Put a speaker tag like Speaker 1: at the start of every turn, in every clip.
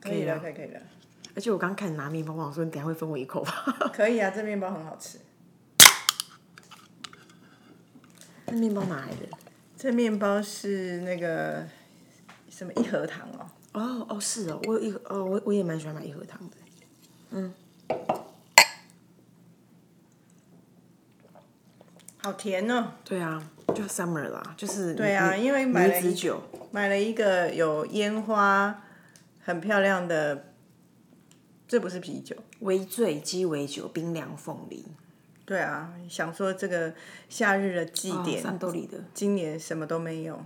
Speaker 1: 可以了，可以可以了，
Speaker 2: 而且我刚看你拿面包嘛，我说你等一下会分我一口吧。
Speaker 1: 可以啊，这面包很好吃。
Speaker 2: 那面包哪来的？
Speaker 1: 这面包是那个什么一盒糖哦，
Speaker 2: 哦哦是哦，我有一盒哦，我我也蛮喜欢买一盒糖的。
Speaker 1: 好甜哦。
Speaker 2: 对啊，就 summer 啦，就是
Speaker 1: 对啊
Speaker 2: 女
Speaker 1: 因为买了
Speaker 2: 女子
Speaker 1: 一
Speaker 2: 酒，
Speaker 1: 买了一个有烟花，很漂亮的，这不是啤酒。
Speaker 2: 微醉鸡尾酒，冰凉凤梨，
Speaker 1: 对啊，想说这个夏日的祭
Speaker 2: 哦
Speaker 1: 典，
Speaker 2: 三豆里的。
Speaker 1: 今年什么都没有，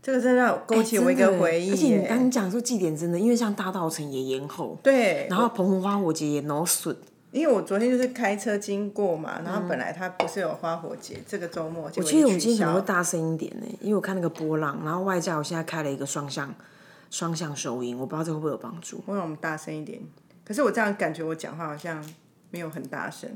Speaker 1: 这个真的
Speaker 2: 哎
Speaker 1: 勾起我一个
Speaker 2: 真的
Speaker 1: 回忆
Speaker 2: 而且你
Speaker 1: 耶
Speaker 2: 刚讲说祭典真的，因为像大稻城也延后，
Speaker 1: 对，
Speaker 2: 然后澎湖花火节也挪损，
Speaker 1: 因为我昨天就是开车经过嘛，然后本来它不是有花火节这个周末，我
Speaker 2: 嗯我觉得我们今天可能会大声一点呢、因为我看那个波浪，然后外加我现在开了一个双向双向收音，我不知道这会不会有帮助。
Speaker 1: 我让我们大声一点。可是我这样感觉我讲话好像没有很大声，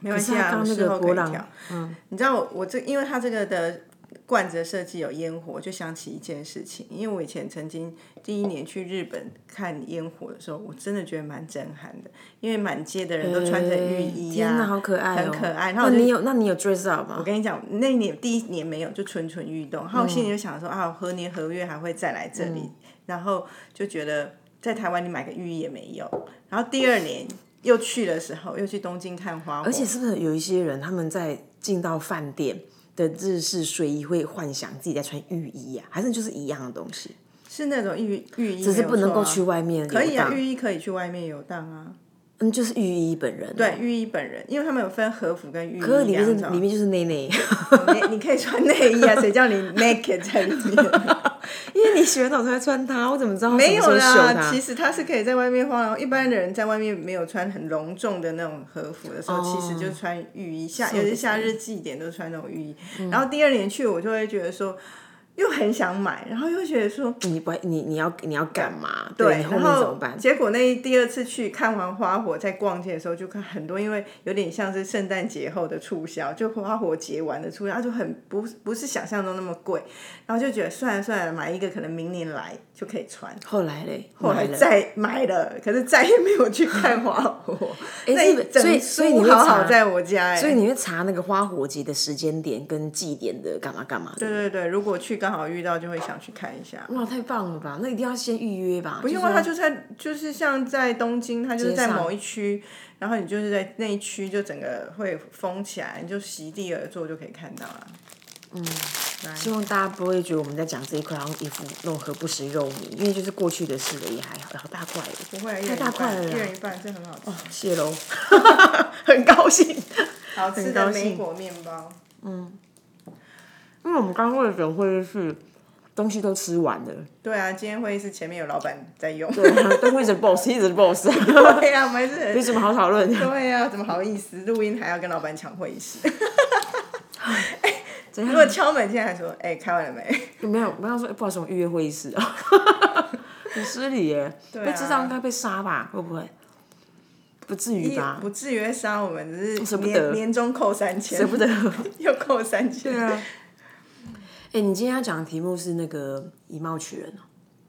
Speaker 1: 没关
Speaker 2: 可是
Speaker 1: 系
Speaker 2: 他
Speaker 1: 啊，
Speaker 2: 刚
Speaker 1: 我
Speaker 2: 刚那
Speaker 1: 事
Speaker 2: 个
Speaker 1: 后可
Speaker 2: 波
Speaker 1: 以
Speaker 2: 浪嗯
Speaker 1: 调。，你知道我我这因为它这个的罐子的设计有烟火，就想起一件事情，因为我以前曾经第一年去日本看烟火的时候，我真的觉得蛮震撼的，因为满街的人都穿着浴衣
Speaker 2: 呃天
Speaker 1: 啊，
Speaker 2: 好可爱、哦，
Speaker 1: 很可爱然后
Speaker 2: 那
Speaker 1: 我就
Speaker 2: 你有那你有 dress up 吗
Speaker 1: 我？跟你讲，那一年第一年没有，就蠢蠢欲动。然后我
Speaker 2: 嗯
Speaker 1: 心里就想说、啊，何年何月还会再来这里？然后就觉得在台湾你买个浴衣也没有。然后第二年又去的时候，又去东京看花火，
Speaker 2: 而且是不是有一些人他们在进到饭店的日式睡衣会幻想自己在穿浴衣啊，还是就是一样的东西，
Speaker 1: 是那种浴浴衣、
Speaker 2: 只是不能够去。外面游荡。
Speaker 1: 可以啊，浴衣可以去外面游荡啊。
Speaker 2: 嗯，就是浴衣本人、
Speaker 1: 对，，浴衣本人，因为他们有分和服跟浴衣
Speaker 2: 嗯
Speaker 1: 啊
Speaker 2: 可是里面
Speaker 1: 两
Speaker 2: 是里
Speaker 1: 种。
Speaker 2: 面就是内内，
Speaker 1: 你你可以穿内衣啊，谁叫你 naked 在里面？
Speaker 2: 因为你洗完澡才会穿它，我怎么知道
Speaker 1: 没
Speaker 2: 什
Speaker 1: 有
Speaker 2: 么时候秀
Speaker 1: 啦，
Speaker 2: 它
Speaker 1: 其实他是可以在外面晃的。一般的人在外面没有穿很隆重的那种和服的时候，
Speaker 2: 哦
Speaker 1: 其实就穿浴衣，夏
Speaker 2: 是嗯
Speaker 1: 有些夏日祭典都穿那种浴衣。然后第二年去，我就会觉得说，又很想买，然后又觉得 说，
Speaker 2: 你不你你要你要干嘛？
Speaker 1: 对，
Speaker 2: 你后面
Speaker 1: 然后
Speaker 2: 怎么办？
Speaker 1: 结果那一第二次去看完花火，在逛街的时候就看很多，因为有点像是圣诞节后的促销，就花火节完的促销，它就很不不是想象中那么贵，然后就觉得算了算了，买一个可能明年来就可以穿。
Speaker 2: 后来嘞，
Speaker 1: 后来
Speaker 2: 买了
Speaker 1: 再买了，可是再也没有去看花火。
Speaker 2: 诶
Speaker 1: 那一
Speaker 2: 日本所以
Speaker 1: 整
Speaker 2: 所以
Speaker 1: 书
Speaker 2: 你会
Speaker 1: 好
Speaker 2: 查
Speaker 1: 好在我家哎、
Speaker 2: 所以你会查那个花火节的时间点跟祭典的干嘛干嘛
Speaker 1: 对
Speaker 2: 的。
Speaker 1: 对对，如果去刚好遇到，就会想去看一下。
Speaker 2: 哇，太棒了吧！那一定要先预约吧。不啊
Speaker 1: 因为它就在，就是像在东京，它就是在某一区，然后你就是在那一区，就整个会封起来，你就席地而坐就可以看到啊。
Speaker 2: 希望大家不会觉得我们在讲这一块好像一副那种何不食肉糜，因为就是过去的事了，也还好，好大块
Speaker 1: 不
Speaker 2: 了。
Speaker 1: 会啊，一
Speaker 2: 太
Speaker 1: 人
Speaker 2: 大
Speaker 1: 一
Speaker 2: 块了
Speaker 1: 半，
Speaker 2: 啦哦
Speaker 1: 一人一半，这很好吃。
Speaker 2: 谢 喽，很高兴。
Speaker 1: 好吃
Speaker 2: 很
Speaker 1: 的
Speaker 2: 高
Speaker 1: 莓
Speaker 2: 兴
Speaker 1: 果面包，
Speaker 2: 因为我们刚刚为了会议室，东西都吃完了，
Speaker 1: 对啊，今天会议室前面有老板在用。
Speaker 2: 对啊，都会一直 boss，一直 boss，
Speaker 1: 对啊，我们还是很
Speaker 2: 有什么好讨论？
Speaker 1: 对呀、怎么好意思？录音还要跟老板抢会议室？
Speaker 2: 怎
Speaker 1: 如
Speaker 2: 样？
Speaker 1: 果敲门进来说，哎、开完了没？
Speaker 2: 没有，没有说，哎不好意思，我预约会议室啊， 很失礼耶。
Speaker 1: 对啊
Speaker 2: 被知道应该被杀吧？会不会？不至于吧？哦
Speaker 1: 不至于会杀我们，只是
Speaker 2: 舍不得
Speaker 1: 年年终扣三千，
Speaker 2: 舍不得。
Speaker 1: 又扣三千。
Speaker 2: 对啊。 哎、你今天要讲的题目是那个以貌取人哦。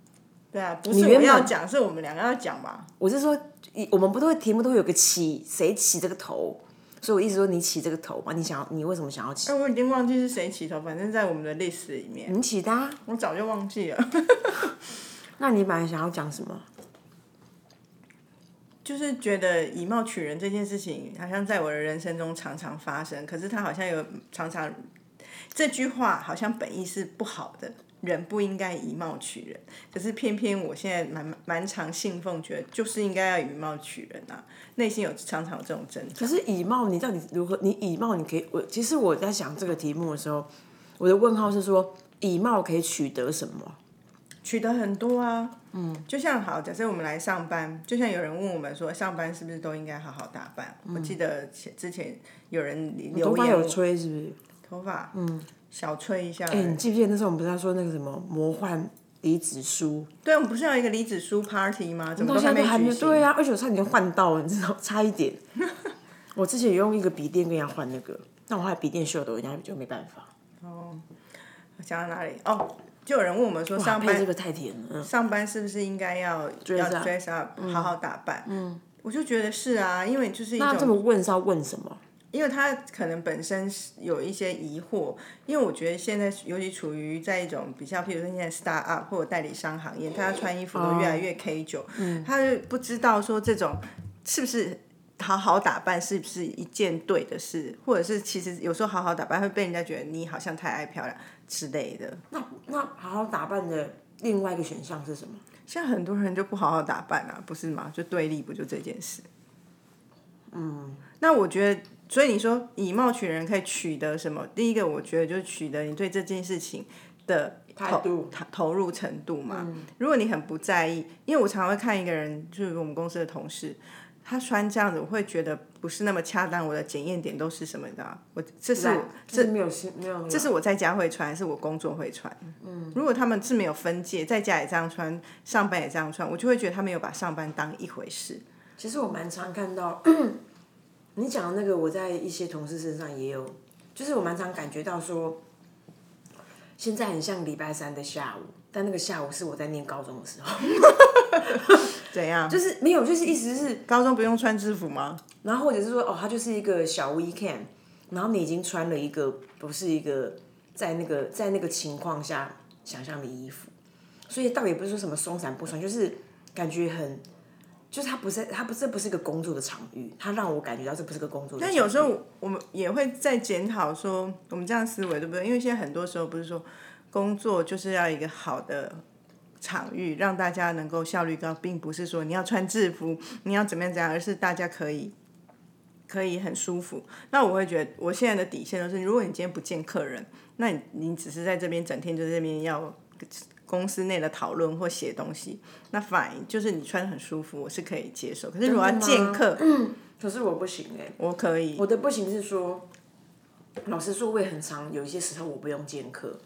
Speaker 1: 对啊，不
Speaker 2: 你
Speaker 1: 是我
Speaker 2: 原
Speaker 1: 们要
Speaker 2: 本
Speaker 1: 讲，是我们两个要讲吧？
Speaker 2: 我是说，以我们不都会题目都会有个起，谁起这个头？所以我一直说你起这个头嘛，你想要你为什么想要起
Speaker 1: 哎、？我已经忘记是谁起头，反正在我们的历史里面，
Speaker 2: 你起的、啊，
Speaker 1: 我早就忘记了。
Speaker 2: 那你本来想要讲什么？
Speaker 1: 就是觉得以貌取人这件事情，好像在我的人生中常常发生，可是它好像有常常这句话好像本意是不好的，人不应该以貌取人，可是偏偏我现在蛮蛮常信奉，觉得就是应该要以貌取人啊，内心有常常有这种挣扎。
Speaker 2: 可是以貌，你到底如何？你以貌，你可以我其实我在想这个题目的时候，我的问号是说，以貌可以取得什么？
Speaker 1: 取得很多啊，嗯，就像好，假设我们来上班，就像有人问我们说，上班是不是都应该好好打扮？我记得前之前有人
Speaker 2: 嗯头
Speaker 1: 留
Speaker 2: 发
Speaker 1: 言
Speaker 2: 有
Speaker 1: 我，
Speaker 2: 吹是不是？
Speaker 1: 头发，嗯，小吹一下而
Speaker 2: 哎、
Speaker 1: 已，
Speaker 2: 你记不记得那时候我们不是在说那个什么魔幻离子书？
Speaker 1: 对，啊我们不是要一个离子书 party 吗？怎么
Speaker 2: 到
Speaker 1: 都
Speaker 2: 现在都还
Speaker 1: 没
Speaker 2: 没
Speaker 1: 举
Speaker 2: 有。
Speaker 1: 行？
Speaker 2: 对啊，而且我差点就换到了，你知道，差一点。 我之前也用一个笔电跟人家换那个，但我后来笔电锈的，我人家就没办法。
Speaker 1: 我讲到哪里？哦，就有人问我们说，
Speaker 2: 搭
Speaker 1: 上
Speaker 2: 配
Speaker 1: 班
Speaker 2: 这个太甜了，嗯
Speaker 1: 上班是不是应该要
Speaker 2: Dress
Speaker 1: 要
Speaker 2: up
Speaker 1: dress up，好好打扮？嗯，我就觉得是啊，因为就是一
Speaker 2: 那这么
Speaker 1: 种，
Speaker 2: 问是要问什么？
Speaker 1: 因为他可能本身是有一些疑惑，因为我觉得现在尤其处于在一种比较，譬如说现在 start up 或者代理商行业，大家穿衣服都越来越 K 九、他就不知道说这种是不是。好好打扮是不是一件对的事，或者是其实有时候好好打扮会被人家觉得你好像太爱漂亮之类的。
Speaker 2: 那那好好打扮的另外一个选项是什么？
Speaker 1: 现在很多人就不好好打扮啊，不是吗？就对立不就这件事？嗯，那我觉得，所以你说以貌取人可以取得什么？第一个，我觉得就是取得你对这件事情的
Speaker 2: 态
Speaker 1: 投
Speaker 2: 度嗯
Speaker 1: 投投入程度嘛。如果你很不在意，因为我常常会看一个人，就是我们公司的同事。他穿这样子，我会觉得不是那么恰当。我的检验点都是什么？你知道吗？我这是我
Speaker 2: 这没有心没有那个，
Speaker 1: 这是我在家会穿，还是我工作会穿？嗯，如果他们是没有分界，在家也这样穿，上班也这样穿，我就会觉得他没有把上班当一回事。
Speaker 2: 其实我蛮常看到， 你讲的那个，我在一些同事身上也有，就是我蛮常感觉到说，现在很像礼拜三的下午，但那个下午是我在念高中的时候，
Speaker 1: 怎样？
Speaker 2: 就是没有，就是意思是，
Speaker 1: 高中不用穿制服吗？
Speaker 2: 然后或者是说，哦，它就是一个小 weekend，然后你已经穿了一个不是一个在那个在那个情况下想象的衣服，所以倒也不是说什么松散不松，就是感觉很。就是它不是，它不是，这不是一个工作的场域，它让我感觉到这不是个工作的场域。
Speaker 1: 但有时候我们也会在检讨说，我们这样思维对不对？因为现在很多时候不是说工作就是要一个好的场域，让大家能够效率高，并不是说你要穿制服，你要怎么样怎样，而是大家可以可以很舒服。那我会觉得我现在的底线就是，如果你今天不见客人，那你你只是在这边整天就在这边要。公司内的讨论或写东西，那 fine，就是你穿得很舒服，我是可以接受。可是如果要
Speaker 2: 真的吗
Speaker 1: 见客，
Speaker 2: 可是我不行哎、
Speaker 1: 我可以。
Speaker 2: 我的不行是说，老实说，我也很常有一些时候我不用见客，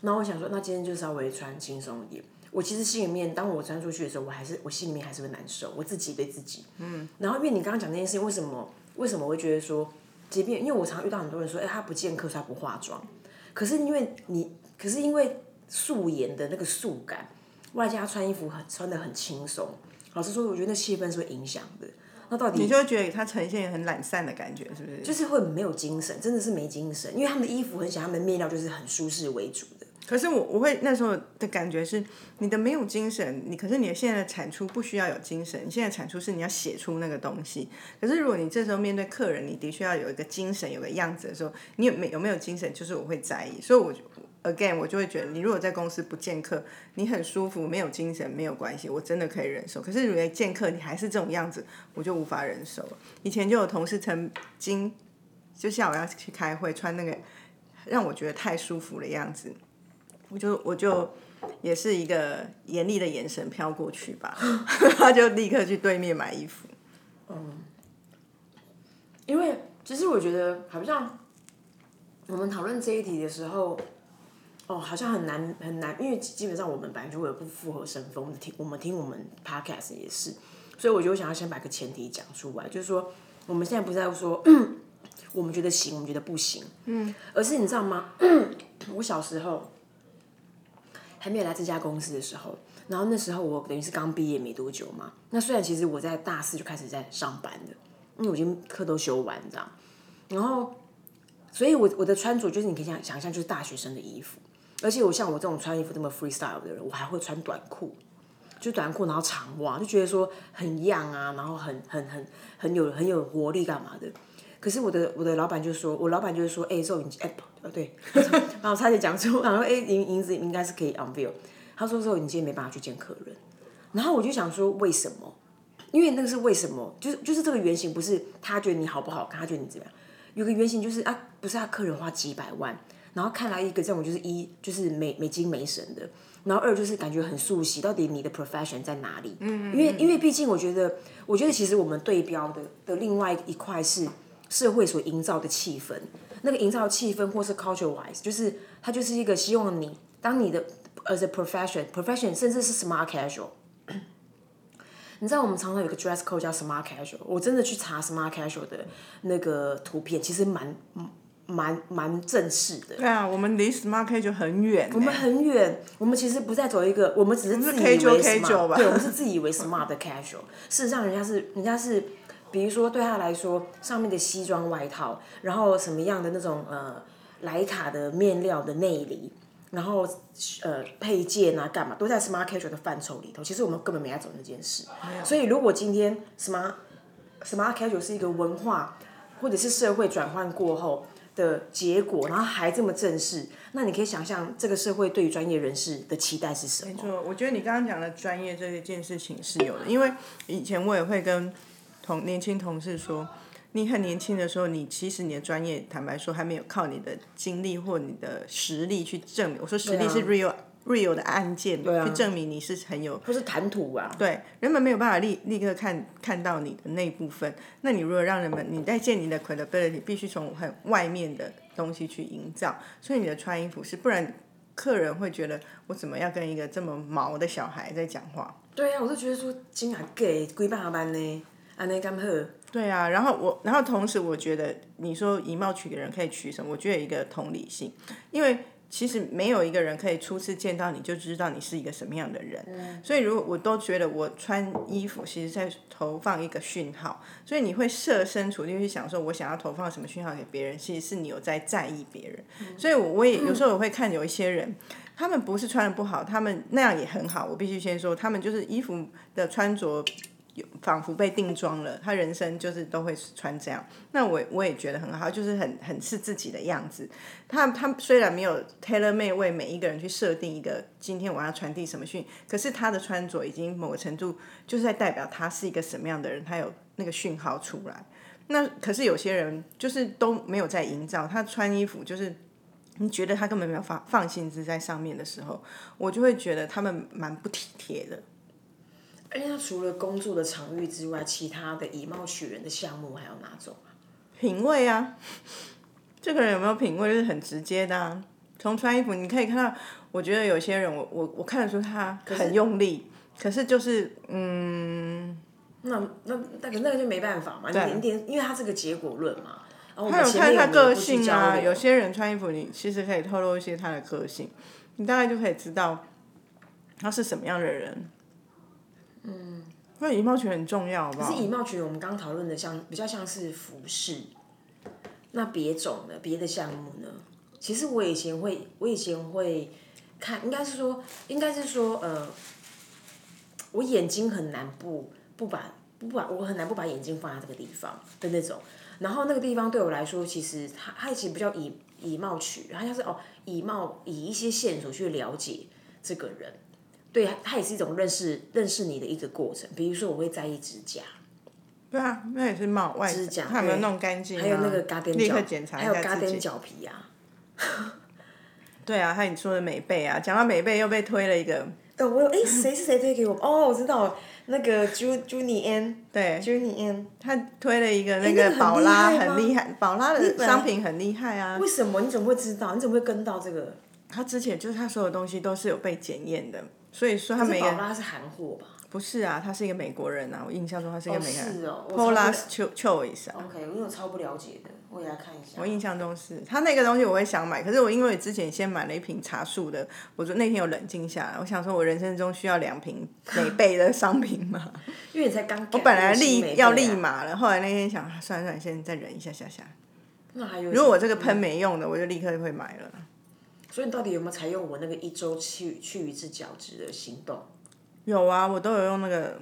Speaker 2: 那我想说，那今天就稍微穿轻松一点。我其实心里面，当我穿出去的时候，我还是我心里面还是会难受，我自己对自己。嗯。然后，因为你刚刚讲这件事情，为什么为什么我会觉得说，即便因为我常遇到很多人说，哎、他不见客，所以他不化妆。可是因为你，可是因为素颜的那个素感，外加穿衣服很穿的很轻松，老实说，我觉得那气氛是会影响的。那到底
Speaker 1: 你就会觉得他呈现很懒散的感觉，是不是？
Speaker 2: 就是会没有精神，真的是没精神，因为他们的衣服很显然，他们的面料就是很舒适为主的。
Speaker 1: 可是我我会那时候的感觉是，你的没有精神，你可是你的现在的产出不需要有精神，你现在的产出是你要写出那个东西。可是如果你这时候面对客人，你的确要有一个精神，有个样子的时候，你有没有没有精神，就是我会在意。所以我就 again 我就会觉得，你如果在公司不见客，你很舒服，没有精神没有关系，我真的可以忍受。可是如果见客你还是这种样子，我就无法忍受了。以前就有同事曾经，就下午要去开会，穿那个让我觉得太舒服的样子，我就我就也是一个严厉的眼神飘过去吧， 他就立刻去对面买衣服。
Speaker 2: 因为其实我觉得好像我们讨论这一题的时候，哦，好像很难很难，因为基本上我们本来就会有不符合身份，我们听我们听我们 podcast 也是，所以我就想要先把一个前提讲出来，就是说我们现在不是在说嗯我们觉得行，我们觉得不行，嗯，而是你知道吗？嗯我小时候还没有来这家公司的时候，然后那时候我等于是刚毕业没多久嘛，那虽然其实我在大四就开始在上班了。因为我已经课都修完这样，然后，所以我我的穿着就是你可以想想象就是大学生的衣服，而且我像我这种穿衣服这么 freestyle 的人，我还会穿短裤，就短裤然后长袜，就觉得说很样啊，然后很很很很有很有活力干嘛的。可是我的我的老板就说，我老板就是说，哎、欸，肉你哎、不对，然后我差点讲出，然后哎银银子应该是可以 unveil，他说说你今天没办法去见客人，然后我就想说为什么？因为那个是为什么？就是就是这个原型不是他觉得你好不好看，他觉得你怎么样。有个原型就是啊，不是他客人花几百万，然后看来一个这种就是一就是没没精没神的，然后二就是感觉很素习，到底你的 profession 在哪里？嗯因为因为毕竟我觉得，我觉得其实我们对标的的另外一块是社会所营造的气氛，那个营造的气氛或是 culture wise，就是它就是一个希望你当你的 as a profession profession 甚至是 smart casual。你知道我们常常有个 dress code 叫 smart casual，我真的去查 smart casual 的那个图片，其实蛮嗯蛮蛮正式的。
Speaker 1: 对啊，我们离 Smart K 就很远、欸。
Speaker 2: 我们很远，我们其实不在走一个，我们只是自己以
Speaker 1: 我
Speaker 2: 为
Speaker 1: 们是 casual
Speaker 2: smart，
Speaker 1: 吧
Speaker 2: 对，我们是自己以为 smart 的 casual。事实上，人家是人家是，比如说对他来说，上面的西装外套，然后什么样的那种呃莱卡的面料的内里，然后呃配件啊干嘛，都在 smart casual 的范畴里头。其实我们根本没在走那件事。所以如果今天 smart smart casual 是一个文化或者是社会转换过后的结果，然后还这么正式，那你可以想象这个社会对于专业人士的期待是什
Speaker 1: 没
Speaker 2: 么？
Speaker 1: 错，我觉得你刚刚讲的专业这一件事情是有的，因为以前我也会跟同年轻同事说，你很年轻的时候，你其实你的专业，坦白说还没有靠你的经历或你的实力去证明。我说实力是 real、real 的案件，
Speaker 2: 啊
Speaker 1: 去证明你是很有
Speaker 2: 或是谈吐啊，
Speaker 1: 对，人们没有办法立立刻看看到你的那一部分。那你如果让人们，你在建立你的 credibility，必须从很外面的东西去营造，所以你的穿衣服是，不然客人会觉得我怎么要跟一个这么毛的小孩在讲话？
Speaker 2: 对啊，我就觉得说，今晚 gay 规半班呢，安内干好，
Speaker 1: 对啊，然后我，然后同时我觉得你说以貌取人可以取什么？我觉得有一个同理心，因为其实没有一个人可以初次见到你就知道你是一个什么样的人，所以如果我都觉得我穿衣服其实在投放一个讯号，所以你会设身处地去想说，我想要投放什么讯号给别人，其实是你有在在意别人，所以我我也有时候我会看有一些人。他们不是穿的不好，他们那样也很好。我必须先说，他们就是衣服的穿着仿佛被定妆了，他人生就是都会穿这样。那我我也觉得很好，就是很很是自己的样子。他他虽然没有 tailor made 为每一个人去设定一个今天我要传递什么讯，可是他的穿着已经某个程度就是在代表他是一个什么样的人，他有那个讯号出来。那可是有些人就是都没有在营造，他穿衣服就是你觉得他根本没有放放心思在上面的时候，我就会觉得他们蛮不体贴的。
Speaker 2: 而且他哎除了工作的场域之外，其他的以貌取人的项目还有哪种啊？
Speaker 1: 品味啊，这个人有没有品味就是很直接的啊。从穿衣服你可以看到，我觉得有些人我我我看得出他很用力，可是就是嗯，
Speaker 2: 那那那个那个就没办法嘛，你
Speaker 1: 对
Speaker 2: 你点，因为他这个结果论嘛。然哦后我
Speaker 1: 他
Speaker 2: 们
Speaker 1: 有
Speaker 2: 前
Speaker 1: 看
Speaker 2: 面
Speaker 1: 他
Speaker 2: 我们
Speaker 1: 个
Speaker 2: 也不去
Speaker 1: 性
Speaker 2: 交
Speaker 1: 啊。
Speaker 2: 流
Speaker 1: 有些人穿衣服你其实可以透露一些他的个性，你大概就可以知道他是什么样的人。嗯，所以以貌取人很重要，好不
Speaker 2: 嗯可是
Speaker 1: 好？
Speaker 2: 以貌取人，我们刚刚讨论的像比较像是服饰，那别种的别的项目呢？其实我以前会，我以前会看，应该是说，应该是说，呃，我眼睛很难不不把不把我很难不把眼睛放在这个地方的那种。然后那个地方对我来说，其实它它其实比较以以貌取人，它像是哦以貌以一些线索去了解这个人。对，它也是一种认识认识你的一个过程。比如说，我会在意指甲，
Speaker 1: 对啊，那也是貌外
Speaker 2: 指甲
Speaker 1: 他有没有
Speaker 2: 对
Speaker 1: 弄干净啊？
Speaker 2: 还有那个嘎颠
Speaker 1: 立
Speaker 2: 脚
Speaker 1: 刻检，查
Speaker 2: 还
Speaker 1: 一
Speaker 2: 有
Speaker 1: 下
Speaker 2: 嘎
Speaker 1: 自己
Speaker 2: 颠。脚皮啊。
Speaker 1: 对啊，还有你说的美背啊，讲到美背又被推了一个，
Speaker 2: 哦，我有 哎，谁是谁推给我？哦，我知道了，那个 Ju Juni N
Speaker 1: 对，
Speaker 2: Juni N，
Speaker 1: 他推了一个那
Speaker 2: 诶那
Speaker 1: 个
Speaker 2: 个很
Speaker 1: 宝拉
Speaker 2: 厉害吗
Speaker 1: 很厉害，宝拉
Speaker 2: 你
Speaker 1: 的
Speaker 2: 本来
Speaker 1: 商品很厉害啊。
Speaker 2: 为什么？你怎么会知道？你怎么会跟到这个？
Speaker 1: 他之前就是他所有东西都是有被检验的，所以说他
Speaker 2: 可是
Speaker 1: 每
Speaker 2: 宝
Speaker 1: 个
Speaker 2: 拉是韩货吧
Speaker 1: 不是啊，他是一个美国人啊，我印象中他是一个美国人。
Speaker 2: 是哦我哦
Speaker 1: p o
Speaker 2: 超不
Speaker 1: l a
Speaker 2: 了
Speaker 1: s Choice 啊，
Speaker 2: ？OK，因为我超不了解的，我也来看一下
Speaker 1: 我。印象中是他那个东西我会想买，可是我因为之前先买了一瓶茶树的，我就那天有冷静下来，我想说我人生中需要两瓶美背的商品 嘛。
Speaker 2: 因为你才刚，
Speaker 1: 我本来
Speaker 2: 啊
Speaker 1: 立要立，马了，后来那天想啊算了算了，先再忍一下下下。
Speaker 2: 那还有
Speaker 1: 如果我这个喷没用的，我就立刻会买了。
Speaker 2: 所以你到底有没有采用我那个一周去去一次角质的行动？
Speaker 1: 有啊，我都有用那个，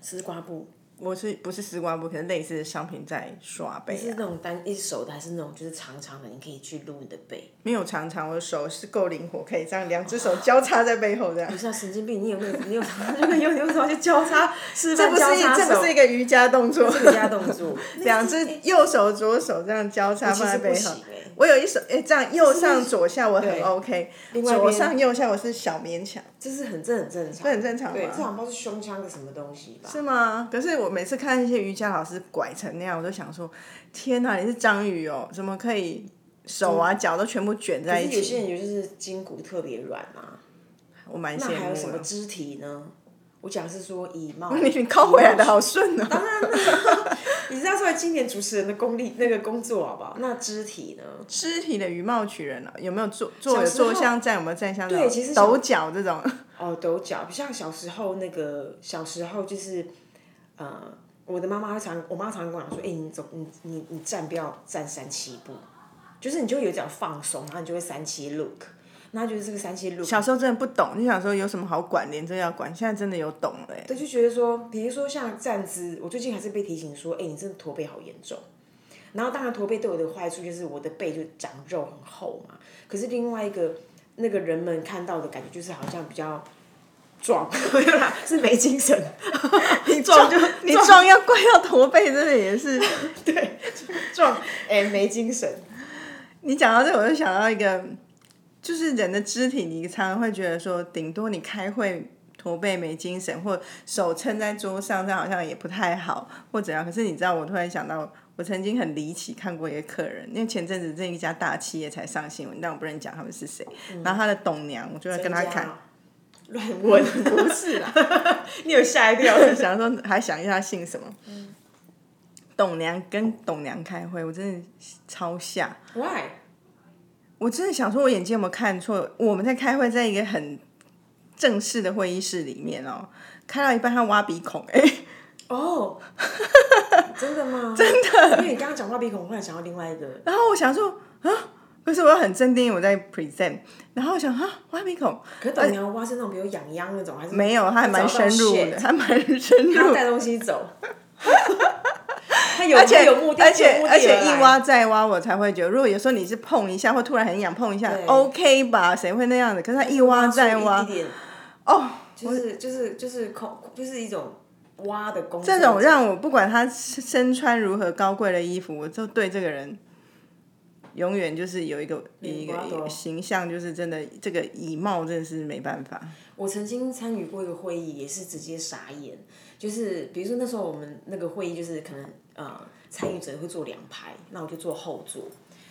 Speaker 2: 丝瓜布，
Speaker 1: 我是不是丝瓜布，可是类似的商品在刷
Speaker 2: 你
Speaker 1: 背
Speaker 2: 是
Speaker 1: 啊，
Speaker 2: 那种单一手的，还是那种就是长长的？你可以去撸你的背。
Speaker 1: 没有常常我的手是够灵活，可以这样两只手交叉在背后这样
Speaker 2: 不。是啊，神经病，你有没有？你有你有你有什么去交叉示
Speaker 1: 这
Speaker 2: 范
Speaker 1: 不是
Speaker 2: 交
Speaker 1: 一
Speaker 2: 叉
Speaker 1: 这
Speaker 2: 手？
Speaker 1: 不是一个瑜伽动作，
Speaker 2: 瑜伽动 作，
Speaker 1: 两只右手左手这样交叉
Speaker 2: 我其
Speaker 1: 放在
Speaker 2: 实不
Speaker 1: 背
Speaker 2: 行
Speaker 1: 后。
Speaker 2: 哎、
Speaker 1: 我有一手诶，这样右上左下我很
Speaker 2: 对
Speaker 1: OK，
Speaker 2: 另外一
Speaker 1: 左
Speaker 2: 边
Speaker 1: 上右下我是小勉强，
Speaker 2: 这是很这很正常，
Speaker 1: 这很正常
Speaker 2: 对，
Speaker 1: 吗
Speaker 2: 这好像是胸腔的什么东西吧？
Speaker 1: 是吗？可是我每次看一些瑜伽老师拐成那样，我都想说，天哪，你是章鱼哦，怎么可以手啊脚都全部卷
Speaker 2: 可
Speaker 1: 在
Speaker 2: 是
Speaker 1: 一
Speaker 2: 有
Speaker 1: 起？
Speaker 2: 些人有就是筋骨特别软啊，
Speaker 1: 我蛮
Speaker 2: 那
Speaker 1: 羡
Speaker 2: 还有
Speaker 1: 慕
Speaker 2: 什么
Speaker 1: 的。
Speaker 2: 肢体呢？我讲的是说以貌，
Speaker 1: 你你靠回来的好顺哦。
Speaker 2: 你知道作为经典主持人的功力那个工作好不好？那肢体呢？
Speaker 1: 肢体的以貌取人啊，有没有坐坐有
Speaker 2: 小时候
Speaker 1: 坐相站，有没有站相？
Speaker 2: 对其实小
Speaker 1: 抖脚这种，
Speaker 2: 哦，抖脚，不像小时候那个小时候就是，呃，我的妈妈常，我妈常跟我讲说，哎、你走，你你你站不要站三七步，就是你就有点放松，然后你就会三七 look，那就是这个三七 look，
Speaker 1: 小时候真的不懂，就想说有什么好管，连这要管。现在真的有懂了欸，
Speaker 2: 对，就觉得说，比如说像站姿，我最近还是被提醒说，哎、你真的驼背好严重。然后当然驼背对我的坏处就是我的背就长肉很厚嘛，可是另外一个那个人们看到的感觉就是好像比较壮， 没有啦，是没精神。
Speaker 1: 你撞 就你撞要 怪要驼背，真的也是。
Speaker 2: 对，壮哎、没精神。
Speaker 1: 你讲到这，我就想到一个，就是人的肢体，你常常会觉得说，顶多你开会驼背没精神，或手撑在桌上，这样好像也不太好，或怎样。可是你知道，我突然想到，我曾经很离奇看过一个客人，因为前阵子这一家大企业才上新闻，但我不能讲他们是谁。然后他的董娘，我就要跟他看，
Speaker 2: 嗯乱问，不是啦， 你有吓一跳？
Speaker 1: 想说还想一下姓什么。董娘跟董娘开会，我真的超吓。
Speaker 2: Why？
Speaker 1: 我真的想说，我眼睛有没有看错？我们在开会，在一个很正式的会议室里面哦，开到一半他挖鼻孔，哎、
Speaker 2: 哦、真的吗？真的，因为你刚刚讲话鼻孔，我忽然想到另外一个，
Speaker 1: 然后我想说啊，可是我又很镇定，我在 present，然后我想啊，挖鼻孔
Speaker 2: 可是董娘蛙是那种比较痒痒那种，还是
Speaker 1: 没有，他还蛮深入的，还蛮深
Speaker 2: 他
Speaker 1: 入，
Speaker 2: 带东 西走，他有
Speaker 1: 而且
Speaker 2: 他有目的，
Speaker 1: 而且而且一
Speaker 2: 挖，
Speaker 1: 挖再挖，我才会觉得，如果有时候你是碰一下或突然很痒碰一下
Speaker 2: 对
Speaker 1: ，OK 吧，谁会那样的？可是他一挖再
Speaker 2: 一
Speaker 1: 挖，
Speaker 2: 点，
Speaker 1: 哦，
Speaker 2: 就是就是就是空，就是一种挖的工作。
Speaker 1: 这种让我不管他身穿如何高贵的衣服，我就对这个人永远就是有一个一
Speaker 2: 明
Speaker 1: 个
Speaker 2: 白
Speaker 1: 一个形象，就是真的这个以貌真的是没办法。
Speaker 2: 我曾经参与过一个会议，也是直接傻眼。就是比如说那时候我们那个会议，就是可能呃参与者会坐两排，那我就坐后座，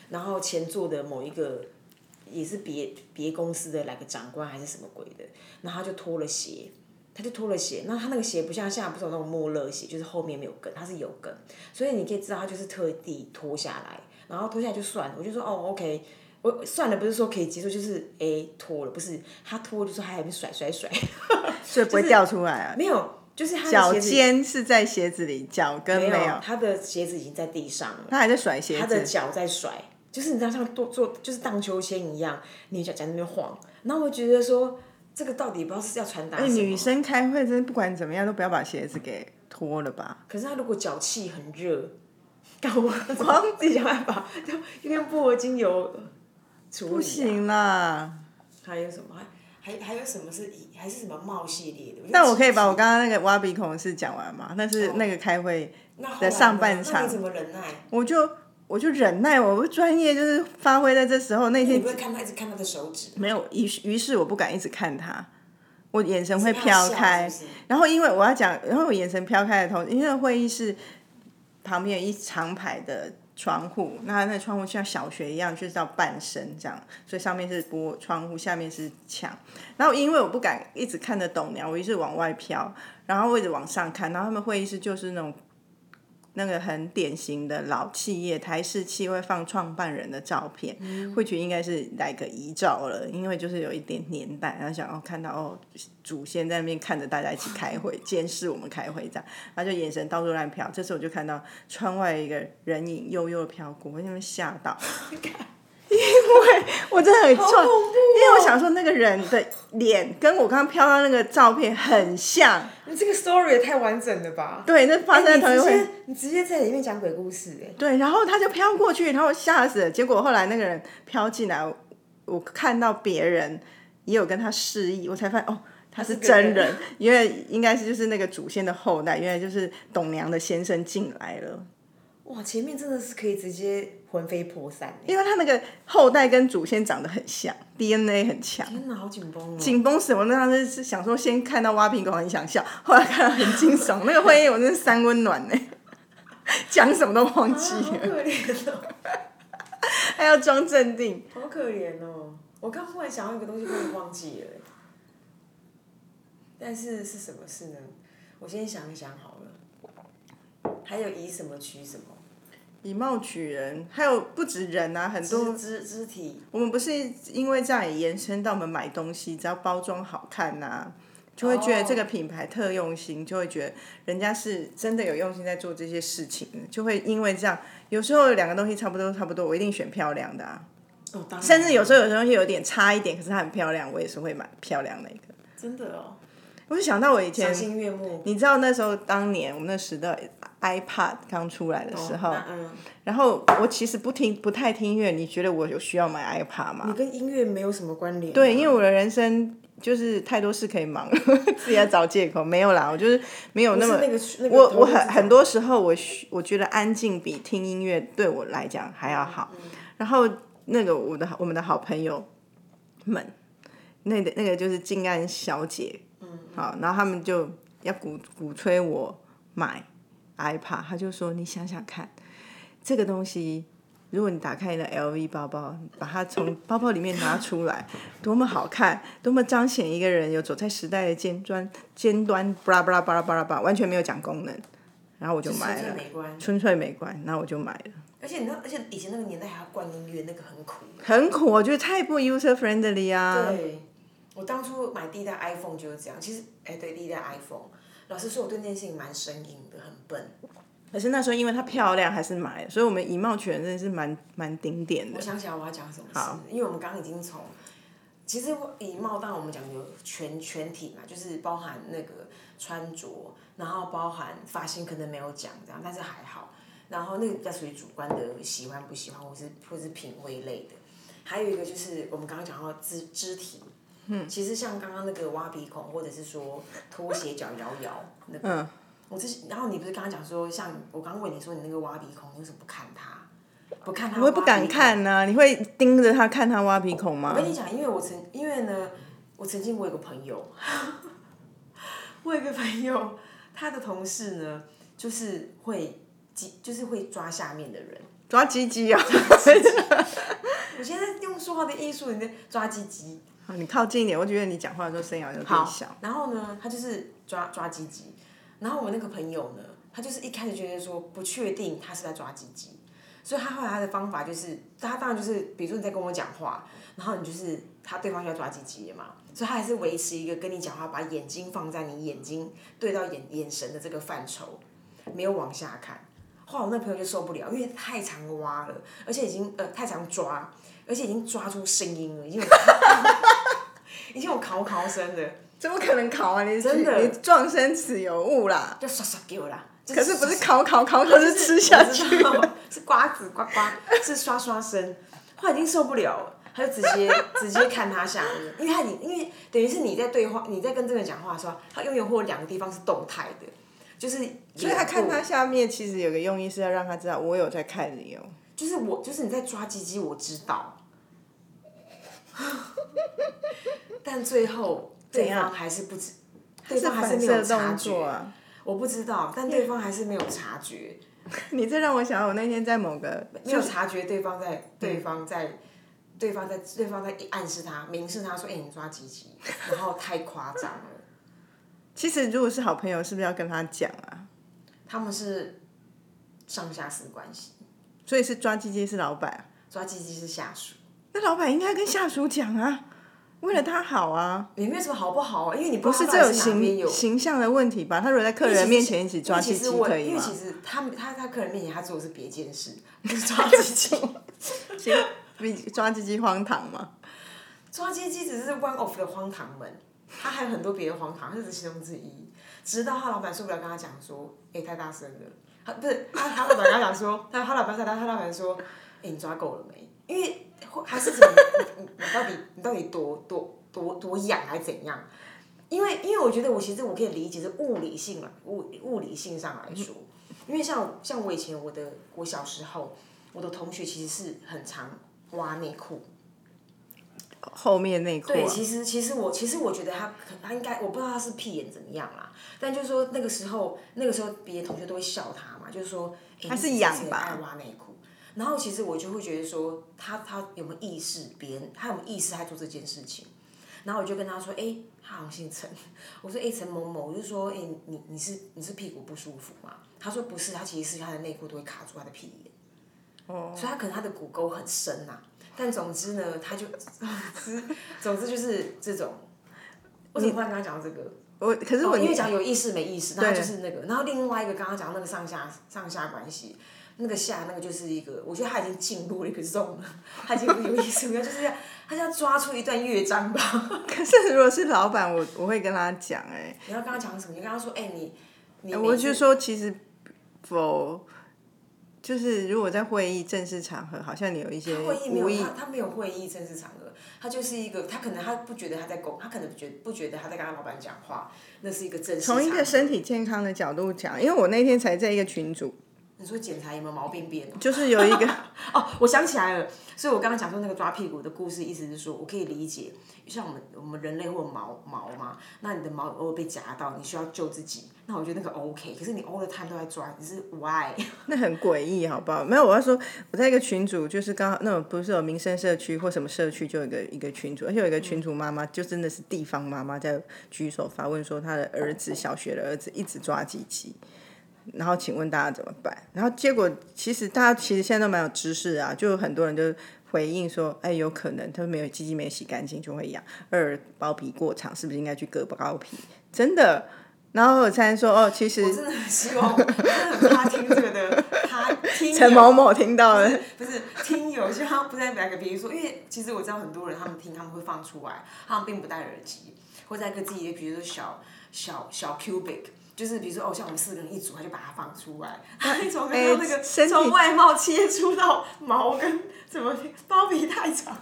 Speaker 2: 然后前座的某一个也是别别公司的来个长官还是什么鬼的，然后他就脱了鞋，他就脱了鞋，那他那个鞋不像现在不是有那种穆勒鞋，就是后面没有跟，它是有跟，所以你可以知道他就是特地脱下来，然后脱下来就算了，我就说哦 OK。我算了，不是说可以接受，就是诶脱了，不是他脱就说还在那边甩甩甩，
Speaker 1: 所以不会掉出来啊。
Speaker 2: 没有，就是他
Speaker 1: 脚
Speaker 2: 的鞋子
Speaker 1: 尖是在鞋子里，脚跟没
Speaker 2: 没
Speaker 1: 有
Speaker 2: 有，，他的鞋子已经在地上了，
Speaker 1: 他还在甩鞋
Speaker 2: 他的
Speaker 1: 子。
Speaker 2: 脚在甩，就是你知道像做做就是荡秋千一样，你脚在那边晃。然后我觉得说，这个到底不知道是要传达
Speaker 1: 哎
Speaker 2: 什么。
Speaker 1: 女生开会真的不管怎么样都不要把鞋子给脱了吧。
Speaker 2: 可是她如果脚气很热，干我光自己想办法，就一边薄荷精油处理、啊
Speaker 1: 不。行啦，
Speaker 2: 还有什么？还还还有什么是以还是什么帽系列的？
Speaker 1: 但我可以把我刚刚那个挖鼻孔的事讲完吗？但是
Speaker 2: 哦
Speaker 1: 那个开会。
Speaker 2: 的
Speaker 1: 上半场
Speaker 2: 那你怎么忍耐？
Speaker 1: 我就我就忍耐，我不专业就是发挥在这时候。那
Speaker 2: 你
Speaker 1: 天
Speaker 2: 不会看他一直看他的手指，
Speaker 1: 没有，于是于是我不敢一直看他，我眼神会
Speaker 2: 是怕
Speaker 1: 飘
Speaker 2: 笑
Speaker 1: 开。
Speaker 2: 是不是
Speaker 1: 然后因为我要讲，然后我眼神飘开的同时，因为会议室旁边有一长排的窗户，那那窗户像小学一样，就是到半身这样，所以上面是玻窗户，下面是墙。然后因为我不敢一直看着董娘，我一直往外飘，然后我一直往上看，然后他们会议室就是那种。那个很典型的老企业，台式企会放创办人的照片，会觉得应该是来个遗照了，因为就是有一点年代，然后想哦看到哦祖先在那边看着大家一起开会，监视我们开会这样，然后就眼神到处乱瞟。这时候我就看到窗外一个人影悠悠的飘过，我那边吓到， 因为我真 的很
Speaker 2: 好
Speaker 1: 撞，
Speaker 2: 恐怖哦
Speaker 1: 因为我想说那个人的脸跟我刚刚飘到那个照片很像，
Speaker 2: 你这个 story 也太完整了吧？
Speaker 1: 对，那发生在同一
Speaker 2: 哎你直
Speaker 1: 回。
Speaker 2: 接你直接在里面讲鬼故事哎、
Speaker 1: 对，然后他就飘过去，然后吓死了。结果后来那个人飘进来，我我看到别人也有跟他示意，我才发现哦，他是
Speaker 2: 是个
Speaker 1: 真
Speaker 2: 人
Speaker 1: 人， 因为应该是就是那个祖先的后代，原来就是董娘的先生进来了。
Speaker 2: 哇，前面真的是可以直接魂飞魄散哎、
Speaker 1: 因为他那个后代跟祖先长得很像，DNA 很强，
Speaker 2: 天哪，好紧绷哦！
Speaker 1: 紧绷死我。那当时是想说，先看到挖苹果很想笑， 后来看到很惊悚。那个会议我真是三温暖呢、 讲什么都忘
Speaker 2: 啊
Speaker 1: 记
Speaker 2: 好
Speaker 1: 了，
Speaker 2: 可怜哦，
Speaker 1: 还要装镇定。
Speaker 2: 好可怜哦！我刚忽然想到一个东西，我也忘记了、欸。但是是什么事呢？我先想一想好了。还有以什么取什么，
Speaker 1: 以貌取人，还有不止人啊，很多
Speaker 2: 肢肢肢体
Speaker 1: 我们不是因为这样也延伸到我们买东西，只要包装好看呐、就会觉得这个品牌特用心，就会觉得人家是真的有用心在做这些事情，就会因为这样，有时候两个东西差不多差不多，我一定选漂亮的啊，
Speaker 2: 哦，当然
Speaker 1: 甚至有时候有些东西有点差一点，可是它很漂亮，我也是会买漂亮的一个。
Speaker 2: 真的哦，
Speaker 1: 我就想到我以前
Speaker 2: 赏，心悦目。
Speaker 1: 你知道那时候当年我们那时的 iPad 刚出来的时候，
Speaker 2: 那嗯，
Speaker 1: 然后我其实不听不太听音乐，你觉得我有需要买 iPad 吗？
Speaker 2: 你跟音乐没有什么关联。
Speaker 1: 对，因为我的人生就是太多事可以忙了， 自己要找借口。没有啦，我就是没有那么
Speaker 2: 不是那个区那个
Speaker 1: 我
Speaker 2: 投入
Speaker 1: 我
Speaker 2: 是
Speaker 1: 很
Speaker 2: 这
Speaker 1: 很
Speaker 2: 样
Speaker 1: 多时候我需我觉得安静比听音乐对我来讲还要好。
Speaker 2: 嗯
Speaker 1: 然后那个我的我们的好朋友们，那个那个就是静安小姐，
Speaker 2: 嗯
Speaker 1: 好，然后他们就要鼓鼓吹我买 iPad，他就说你想想看，这个东西。如果你打开你的 LV 包包，把它从包包里面拿出来，多么好看，多么彰显一个人有走在时代的尖端尖端，巴拉巴拉巴拉巴拉巴拉，完全没有讲功能，然后我就买
Speaker 2: 纯
Speaker 1: 了
Speaker 2: 粹，美观
Speaker 1: 纯粹美观，然后我就买了。
Speaker 2: 而且你知道，而且以前那个年代还要灌音乐，那个很苦。
Speaker 1: 很苦，我觉得太不 user friendly 啊。
Speaker 2: 对，我当初买第一代 iPhone 就是这样。其实，哎，对，第一代 iPhone，老实说，我对那件事情蛮生硬的，很笨。
Speaker 1: 可是那时候因为它漂亮，还是买了，所以我们以貌取人真的是蛮蛮顶点的
Speaker 2: 我。想起来我要讲什么事，因为我们刚刚已经从，其实以貌当然我们讲有全全体嘛，就是包含那个穿着，然后包含发型可能没有讲这样，但是还好，然后那个比较属于主观的喜欢不喜欢，或是或是品味类的，还有一个就是我们刚刚讲到肢肢体。嗯，其实像刚刚那个挖鼻孔，或者是说拖鞋脚摇摇那
Speaker 1: 嗯
Speaker 2: 个，我之前，然后你不是刚刚讲说，像我刚问你说你那个挖鼻孔，你为什么不看它？不看它，
Speaker 1: 我也不敢看呐、你会盯着他看他挖鼻孔
Speaker 2: 我
Speaker 1: 吗？
Speaker 2: 跟你讲，因为我曾因为呢，我曾经我有个朋友， 我有个朋友，他的同事呢，就是会记，就是会抓下面的人。
Speaker 1: 抓鸡鸡啊！
Speaker 2: 我现在用说话的艺术，你在抓鸡鸡。
Speaker 1: 好你靠近一点，我觉得你讲话的时候声音好像有点小。
Speaker 2: 然后呢，他就是抓抓鸡鸡。然后我那个朋友呢，他就是一开始觉得说不确定他是在抓鸡鸡，所以他后来他的方法就是，他当然就是，比如说你在跟我讲话，然后你就是他对方就要抓鸡鸡了嘛，所以他还是维持一个跟你讲话，把眼睛放在你眼睛对到眼眼神的这个范畴，没有往下看。后来我那朋友就受不了，因为太常挖了，而且已经呃太常抓，而且已经抓出声音了，已经有已经有考考声了。
Speaker 1: 怎么可能考啊？你
Speaker 2: 真的
Speaker 1: 你撞生死有误啦！
Speaker 2: 就刷刷给我啦。就
Speaker 1: 可是不是
Speaker 2: 刷
Speaker 1: 考考考，
Speaker 2: 刷
Speaker 1: 可是吃下去。
Speaker 2: 我知道 是瓜子呱呱，是刷刷声，后来已经受不了了，他就直接直接看他下面，因为他你因为等于是你在对话，你在跟这个人讲话的时候，他永远会有两个地方是动态的，就是
Speaker 1: 所以他看
Speaker 2: 脸
Speaker 1: 他
Speaker 2: 部，
Speaker 1: 下面，其实有个用意是要让他知道我有在看你哦。
Speaker 2: 就是我就是你在抓鸡鸡，我知道，但 最后
Speaker 1: 怎
Speaker 2: 对
Speaker 1: 样
Speaker 2: 方还是不知，对
Speaker 1: 是
Speaker 2: 方还是
Speaker 1: 反
Speaker 2: 没
Speaker 1: 射
Speaker 2: 有察
Speaker 1: 动
Speaker 2: 觉
Speaker 1: 作，啊！
Speaker 2: 我不知道，但对方还是没有察觉。
Speaker 1: 你这让我想到我那天在某个
Speaker 2: 没有察觉对方
Speaker 1: 嗯
Speaker 2: 在对方在对方在对方在暗示他明示他说：“哎、你抓鸡鸡。”然后太夸张了。
Speaker 1: 其实如果是好朋友，是不是要跟他讲啊？
Speaker 2: 他们是上下属关系，
Speaker 1: 所以是抓鸡鸡是老板啊，
Speaker 2: 抓鸡鸡是下属，
Speaker 1: 那老板应该跟下属讲啊，为了他好啊，
Speaker 2: 也没有什么好不好啊，因为你
Speaker 1: 不
Speaker 2: 不
Speaker 1: 是
Speaker 2: 知道
Speaker 1: 这
Speaker 2: 他到
Speaker 1: 种
Speaker 2: 底是哪边
Speaker 1: 形
Speaker 2: 有。
Speaker 1: 形象的问题吧？他如果在客人面前一起抓鸡
Speaker 2: 因为其
Speaker 1: 鸡
Speaker 2: 实我
Speaker 1: 可以
Speaker 2: 因为
Speaker 1: 吗？
Speaker 2: 其实他们他他客人面前他做的是别件事，不是抓鸡鸡。
Speaker 1: 其实比抓鸡鸡荒唐吗？
Speaker 2: 抓鸡鸡只是 one of 的荒唐门，他还有很多别的荒唐，这只是其中之一。直到他老板受不了，跟他讲说：“哎、太大声了。”他不是他他老板跟他讲说， 他他老板他他老板说：“哎、你抓够了没？”因为或还是怎么，你你你到底你到底多多多多痒还是怎样？因为因为我觉得我其实我可以理解是物理性来物物理性上来说，因为像像我以前我的我小时候，我的同学其实是很常挖内裤。
Speaker 1: 后面内裤
Speaker 2: 对，
Speaker 1: 啊，
Speaker 2: 其实其实我其实我觉得他可他应该我不知道他是屁眼怎么样啦，但就是说那个时候那个时候别的同学都会笑他嘛，就是说、诶
Speaker 1: 他是
Speaker 2: 你
Speaker 1: 痒
Speaker 2: 谁
Speaker 1: 吧
Speaker 2: 爱挖内裤。然后其实我就会觉得说他他有没有意识别人，他有没有意识在做这件事情？然后我就跟他说，哎、他好像姓陈， 我说哎陈、某某，我就说哎、你你是你是屁股不舒服吗？他说不是，他其实是他的内裤都会卡住他的屁眼，
Speaker 1: 哦，
Speaker 2: 所以他可能他的骨沟很深呐、但总之呢，他就 总之总之就是这种。我怎么忽然跟他讲到这个？
Speaker 1: 我可是我、
Speaker 2: 哦因为讲有意识没意识，然后
Speaker 1: 对
Speaker 2: 就是那个，然后另外一个刚刚讲那个上下上下关系，那个下那个就是一个，我觉得他已经进入了一个 zone 了，他已经有意识没有，就是要他要抓出一段乐章吧。
Speaker 1: 可是如果是老板，我我会跟他讲哎、
Speaker 2: 你要跟他讲什么？你跟他说，哎、你你
Speaker 1: 欸，
Speaker 2: 每
Speaker 1: 我
Speaker 2: 次
Speaker 1: 就说其实否。就是如果在会议正式场合，好像你有一些
Speaker 2: 他会议
Speaker 1: 无
Speaker 2: 没
Speaker 1: 意
Speaker 2: 有，他他没有会议正式场合，他就是一个，他可能他不觉得他在公，他可能不觉不觉得他在跟他老板讲话，那是一个正式场合。
Speaker 1: 从一个身体健康的角度讲，因为我那天才在一个群组，
Speaker 2: 你说检查有没有毛病变哦？
Speaker 1: 就是有一个
Speaker 2: 哦，我想起来了，所以我刚刚讲说那个抓屁股的故事，意思是说我可以理解，像我们我们人类会有毛毛嘛，那你的毛偶尔被夹到，你需要救自己，那我觉得那个 OK，可是你 all the time 都在抓，你是 why？
Speaker 1: 那很诡异，好不好？没有，我要说，我在一个群组，就是刚好那种不是有民生社区或什么社区，就有一个一个群组，而且有一个群主妈妈，就真的是地方妈妈在举手发问说，她的儿子小学的儿子一直抓鸡鸡，然后请问大家怎么办？然后结果其实大家其实现在都蛮有知识啊，就有很多人就回应说，哎，有可能他没有鸡鸡没洗干净就会痒，二包皮过长是不是应该去割包皮？真的。然后我才说哦，其
Speaker 2: 我
Speaker 1: 实
Speaker 2: 真的很希望，真的很怕听这个的，他听
Speaker 1: 陈某某听到了。
Speaker 2: 不是听友，就他不在买个比如说，因为其实我知道很多人他们听他们会放出来，他们并不戴耳机，或在一个自己的比如说小小小 cubic。就是比如说哦，像我们四个人一组，他就把它放出来，他 一种
Speaker 1: 哎
Speaker 2: 看到那个
Speaker 1: 身体
Speaker 2: 从外貌切出到毛跟怎么 包皮太长，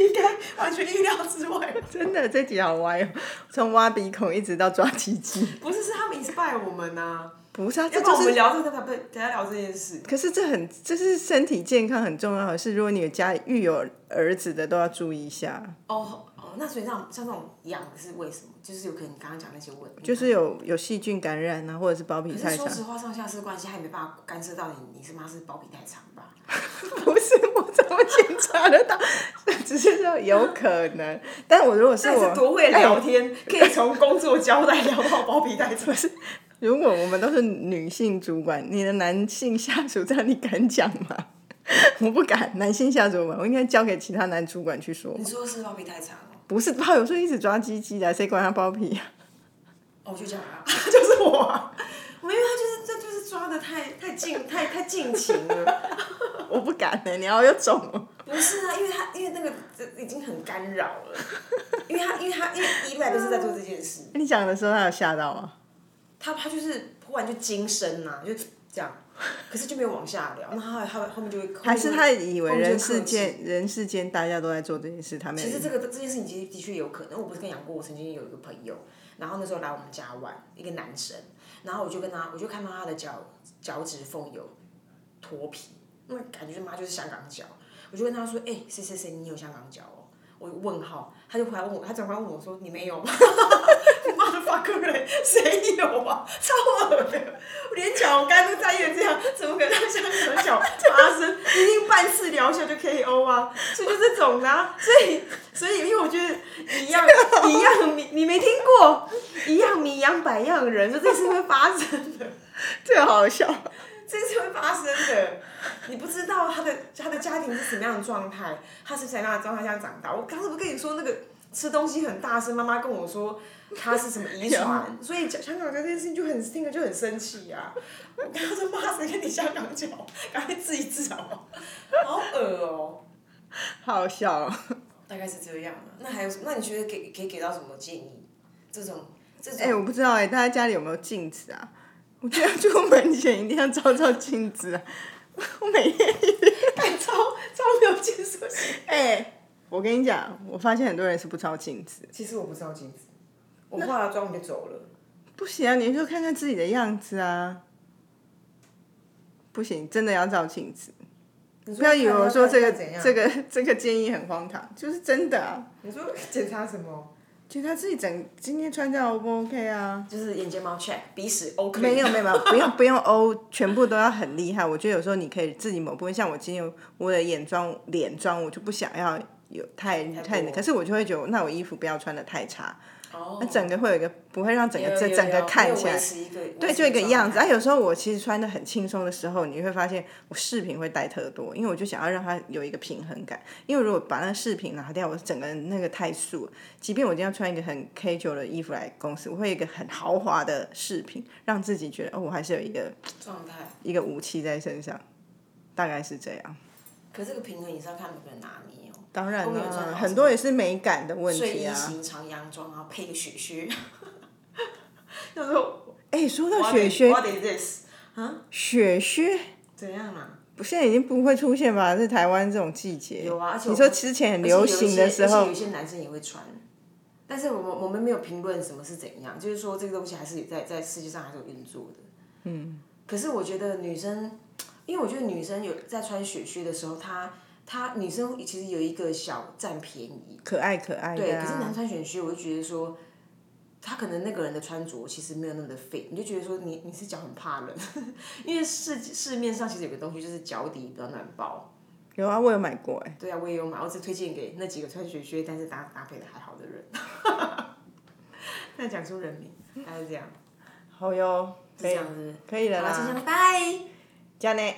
Speaker 2: 应该完全意料 之外。
Speaker 1: 真的，这集好歪哦，从挖鼻孔一直到抓鸡鸡，
Speaker 2: 不是，是他们 inspire 我们呐、
Speaker 1: 不是啊，这
Speaker 2: 要不然
Speaker 1: 就
Speaker 2: 我们
Speaker 1: 是。
Speaker 2: 聊这个，他不等下聊这件事。
Speaker 1: 可是这很，这是身体健康很重要的事。如果你有家育有儿子的，都要注意一下，
Speaker 2: 哦哦，那所以像像这种痒是为什么？就是有可能你刚刚讲那些问题，
Speaker 1: 就是有有细菌感染啊，或者是包皮
Speaker 2: 可
Speaker 1: 太
Speaker 2: 是
Speaker 1: 长
Speaker 2: 说。实话，上下次关系还没办法干涉到你，你是妈是包皮太长吧？
Speaker 1: 不是我怎么检查得到？只是说有可能，但我如果是
Speaker 2: 但
Speaker 1: 我，
Speaker 2: 是多会
Speaker 1: 哎
Speaker 2: 聊天，可以从工作交代聊到包皮太 长。
Speaker 1: 如果我们都是女性主管，你的男性下属这样你敢讲吗？我不敢，男性下属嘛，我应该交给其他男主管去说。
Speaker 2: 你说是包皮太长哦，
Speaker 1: 不是包有时候一直抓鸡鸡的，谁管他包皮 啊？
Speaker 2: 哦我就讲啊，就是我、啊，没有，他就是这就是抓的太太尽太太尽情了。
Speaker 1: 我不敢呢、你要有种 哦。
Speaker 2: 不是啊，因为他因为那个这已经很干扰了，因为他因为他因为依赖都是在做这件事，
Speaker 1: 你讲的时候他有吓到吗？
Speaker 2: 他他就是忽然就精深呐、就这样，可是就没有往下聊，那他他后面就会
Speaker 1: 还是他以为人世
Speaker 2: 间。
Speaker 1: 间人世间大家都在做这件事，他没有
Speaker 2: 其实这个这件事情其实的确有可能，我不是跟你讲过，我曾经有一个朋友，然后那时候来我们家玩，一个男生，然后我就跟他，我就看到他的脚脚趾缝有脱皮，那感觉妈就是香港脚，我就跟他说，哎、谁谁谁，你有香港脚哦？我有问号，他就回来问我，他转过来问我说，你没有吗？ 妈的 fucker 嘞，谁有啊？ 超恶的，我连脚干都在意这样，怎么可能让香港脚发生？一定半次疗效就 KO 啊，所以就这种的、啊，所以所以因为我觉得一样一样，你你没听过一样米养百样人，就这是会发生的，
Speaker 1: 这个好笑。
Speaker 2: 这是会发生的，你不知道他的他的家庭是什么样的状态，他是什么样的状态下长大。我刚才不跟你说那个吃东西很大声，妈妈跟我说他是什么遗传，所以讲香港脚这件事情就很听了就很生气呀、啊。我刚刚说妈谁跟你香港脚，赶快治一治好不好？啊好恶哦、
Speaker 1: 好笑、哦
Speaker 2: 大概是这样啊。那还有什么？那你觉得给可以给到什么建议？这种这种、
Speaker 1: 哎、我不知道哎、大家家里有没有镜子啊？我觉得出门前一定要照照镜子啊！ 我每天
Speaker 2: 干超超没有建设性。
Speaker 1: 哎、我跟你讲，我发现很多人是不照镜子，
Speaker 2: 其实我不照镜子，我化了妆我就走了。
Speaker 1: 不行啊，你就看看自己的样子啊。不行，真的要照镜子。
Speaker 2: 你
Speaker 1: 不要以为我说这个
Speaker 2: 看看怎样
Speaker 1: 这个这个建议很荒唐，就是真的啊。
Speaker 2: 你说检查什么？
Speaker 1: 就他自己整今天穿这样 O 不 OK 啊？
Speaker 2: 就是眼睫毛 check，鼻屎 OK。
Speaker 1: 没有没有没有，不用不用 O，全部都要很厉害。我觉得有时候你可以自己某部分，像我今天我的眼妆脸妆，我就不想要有太
Speaker 2: 太
Speaker 1: 太
Speaker 2: 多
Speaker 1: 可是我就会觉得，那我衣服不要穿的太差，
Speaker 2: 哦
Speaker 1: 那整个会有一个不会让整个这整个看起来。
Speaker 2: 对，
Speaker 1: 就一个样子，啊，
Speaker 2: 哎，
Speaker 1: 有时候我其实穿的很轻松的时候，你会发现我饰品会带特多，因为我就想要让它有一个平衡感。因为如果把那饰品拿掉，我整个人那个太素了。即便我今天要穿一个很 casual 的衣服来公司，我会有一个很豪华的饰品，让自己觉得哦，我还是有一个
Speaker 2: 状态。
Speaker 1: 一个武器在身上，大概是这样。
Speaker 2: 可这个平衡也是要看每个人拿捏哦。
Speaker 1: 当然
Speaker 2: 后面有穿
Speaker 1: 了，
Speaker 2: 好
Speaker 1: 很多也是美感的问
Speaker 2: 睡
Speaker 1: 题
Speaker 2: 衣
Speaker 1: 啊。
Speaker 2: 型长洋装，然后配个雪靴。 那时候
Speaker 1: 哎，说到
Speaker 2: what
Speaker 1: 雪
Speaker 2: is-
Speaker 1: 靴，
Speaker 2: ，What is this？
Speaker 1: 雪靴
Speaker 2: 怎样啊？
Speaker 1: 不现在已经不会出现吧？在台湾这种季节，
Speaker 2: 有啊而且我
Speaker 1: 你说之前很
Speaker 2: 而且有
Speaker 1: 流
Speaker 2: 一些
Speaker 1: 行的时
Speaker 2: 而且
Speaker 1: 候
Speaker 2: 有一，些男生也会穿。但是我们我们没有评论什么是怎样，就是说这个东西还是有在在世界上还是有运作的。嗯。可是我觉得女生，因为我觉得女生有在穿雪靴的时候，她她女生其实有一个小占便宜。
Speaker 1: 可爱可爱
Speaker 2: 对，
Speaker 1: 的
Speaker 2: 可是男
Speaker 1: 啊。
Speaker 2: 穿雪靴，我就觉得说，他可能那个人的穿着其实没有那么的 fit，你就觉得说你你是脚很怕冷， 因为市市面上其实有个东西就是脚底比较暖包。
Speaker 1: 有啊，我有买过哎、
Speaker 2: 对啊，我也有买，我只推荐给那几个穿雪靴，但是搭搭配的还好的人。 那讲出人名，大概是这样，
Speaker 1: 好哟，
Speaker 2: 是
Speaker 1: 可
Speaker 2: 这
Speaker 1: 以
Speaker 2: 样子。
Speaker 1: 可以了
Speaker 2: 好啦，就这
Speaker 1: 啦，
Speaker 2: 样，拜。
Speaker 1: 加呢。